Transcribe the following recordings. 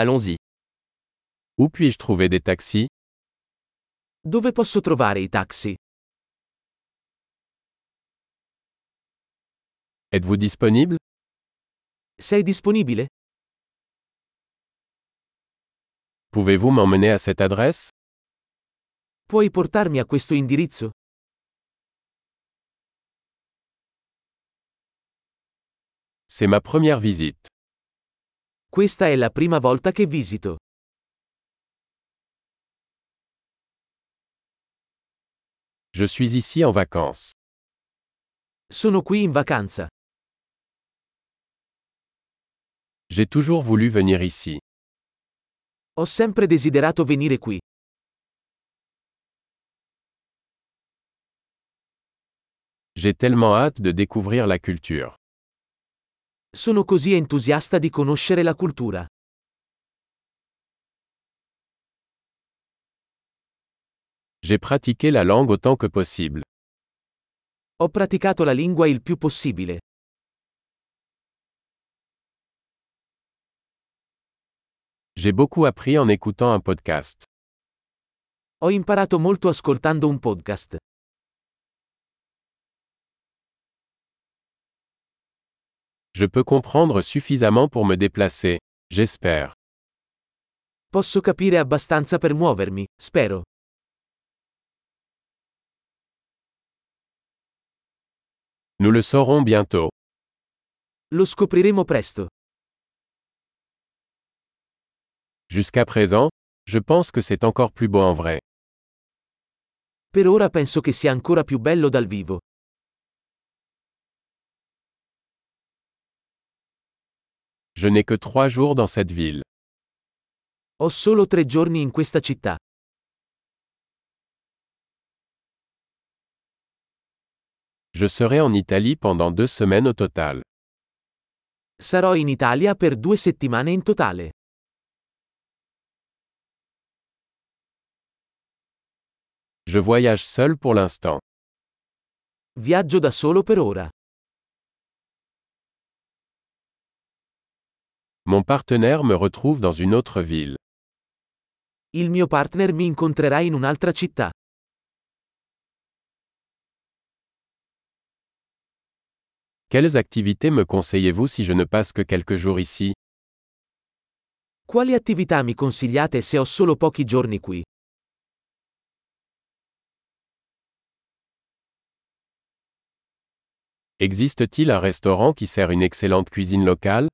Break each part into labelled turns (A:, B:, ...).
A: Allons-y. Où puis-je trouver des taxis
B: Dove posso trovare i taxi?
A: Êtes-vous disponible
B: Sei disponibile?
A: Pouvez-vous m'emmener à cette adresse
B: Puoi portarmi a questo indirizzo?
A: C'est ma première visite.
B: Questa è la prima volta che visito.
A: Je suis ici en vacances.
B: Sono qui in vacanza.
A: J'ai toujours voulu venir ici.
B: Ho sempre desiderato venire qui.
A: J'ai tellement hâte de découvrir la culture.
B: Sono così entusiasta di conoscere la cultura.
A: J'ai pratiqué la langue autant que possible.
B: Ho praticato la lingua il più possibile.
A: J'ai beaucoup appris en écoutant un podcast.
B: Ho imparato molto ascoltando un podcast.
A: Je peux comprendre suffisamment pour me déplacer, j'espère.
B: Posso capire abbastanza per muovermi, spero.
A: Nous le saurons bientôt.
B: Lo scopriremo presto.
A: Jusqu'à présent, je pense que c'est encore plus beau en vrai.
B: Per ora penso che sia ancora più bello dal vivo.
A: Je n'ai que trois jours dans cette ville.
B: Ho solo tre giorni in questa città.
A: Je serai en Italie pendant deux semaines au total.
B: Sarò in Italia per due settimane in totale.
A: Je voyage seul pour l'instant.
B: Viaggio da solo per ora.
A: Mon partenaire me retrouve dans une autre ville.
B: Il mio partner mi incontrerà in un'altra città.
A: Quelles activités me conseillez-vous si je ne passe que quelques jours ici
B: Quali attività mi consigliate se ho solo pochi giorni qui?
A: Existe-t-il un restaurant qui sert une excellente cuisine locale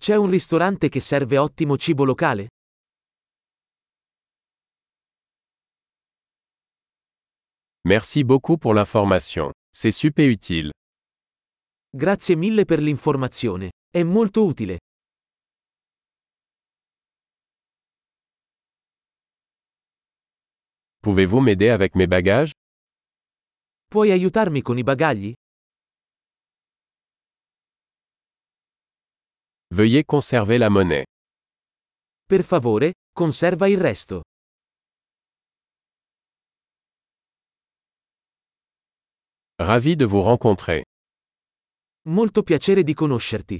B: C'è un ristorante che serve ottimo cibo locale?
A: Merci beaucoup pour l'information. C'est super utile.
B: Grazie mille per l'informazione. È molto utile.
A: Pouvez-vous m'aider avec mes bagages
B: Puoi aiutarmi con i bagagli?
A: Veuillez conserver la monnaie.
B: Per favore, conserva il resto.
A: Ravi de vous rencontrer.
B: Molto piacere di conoscerti.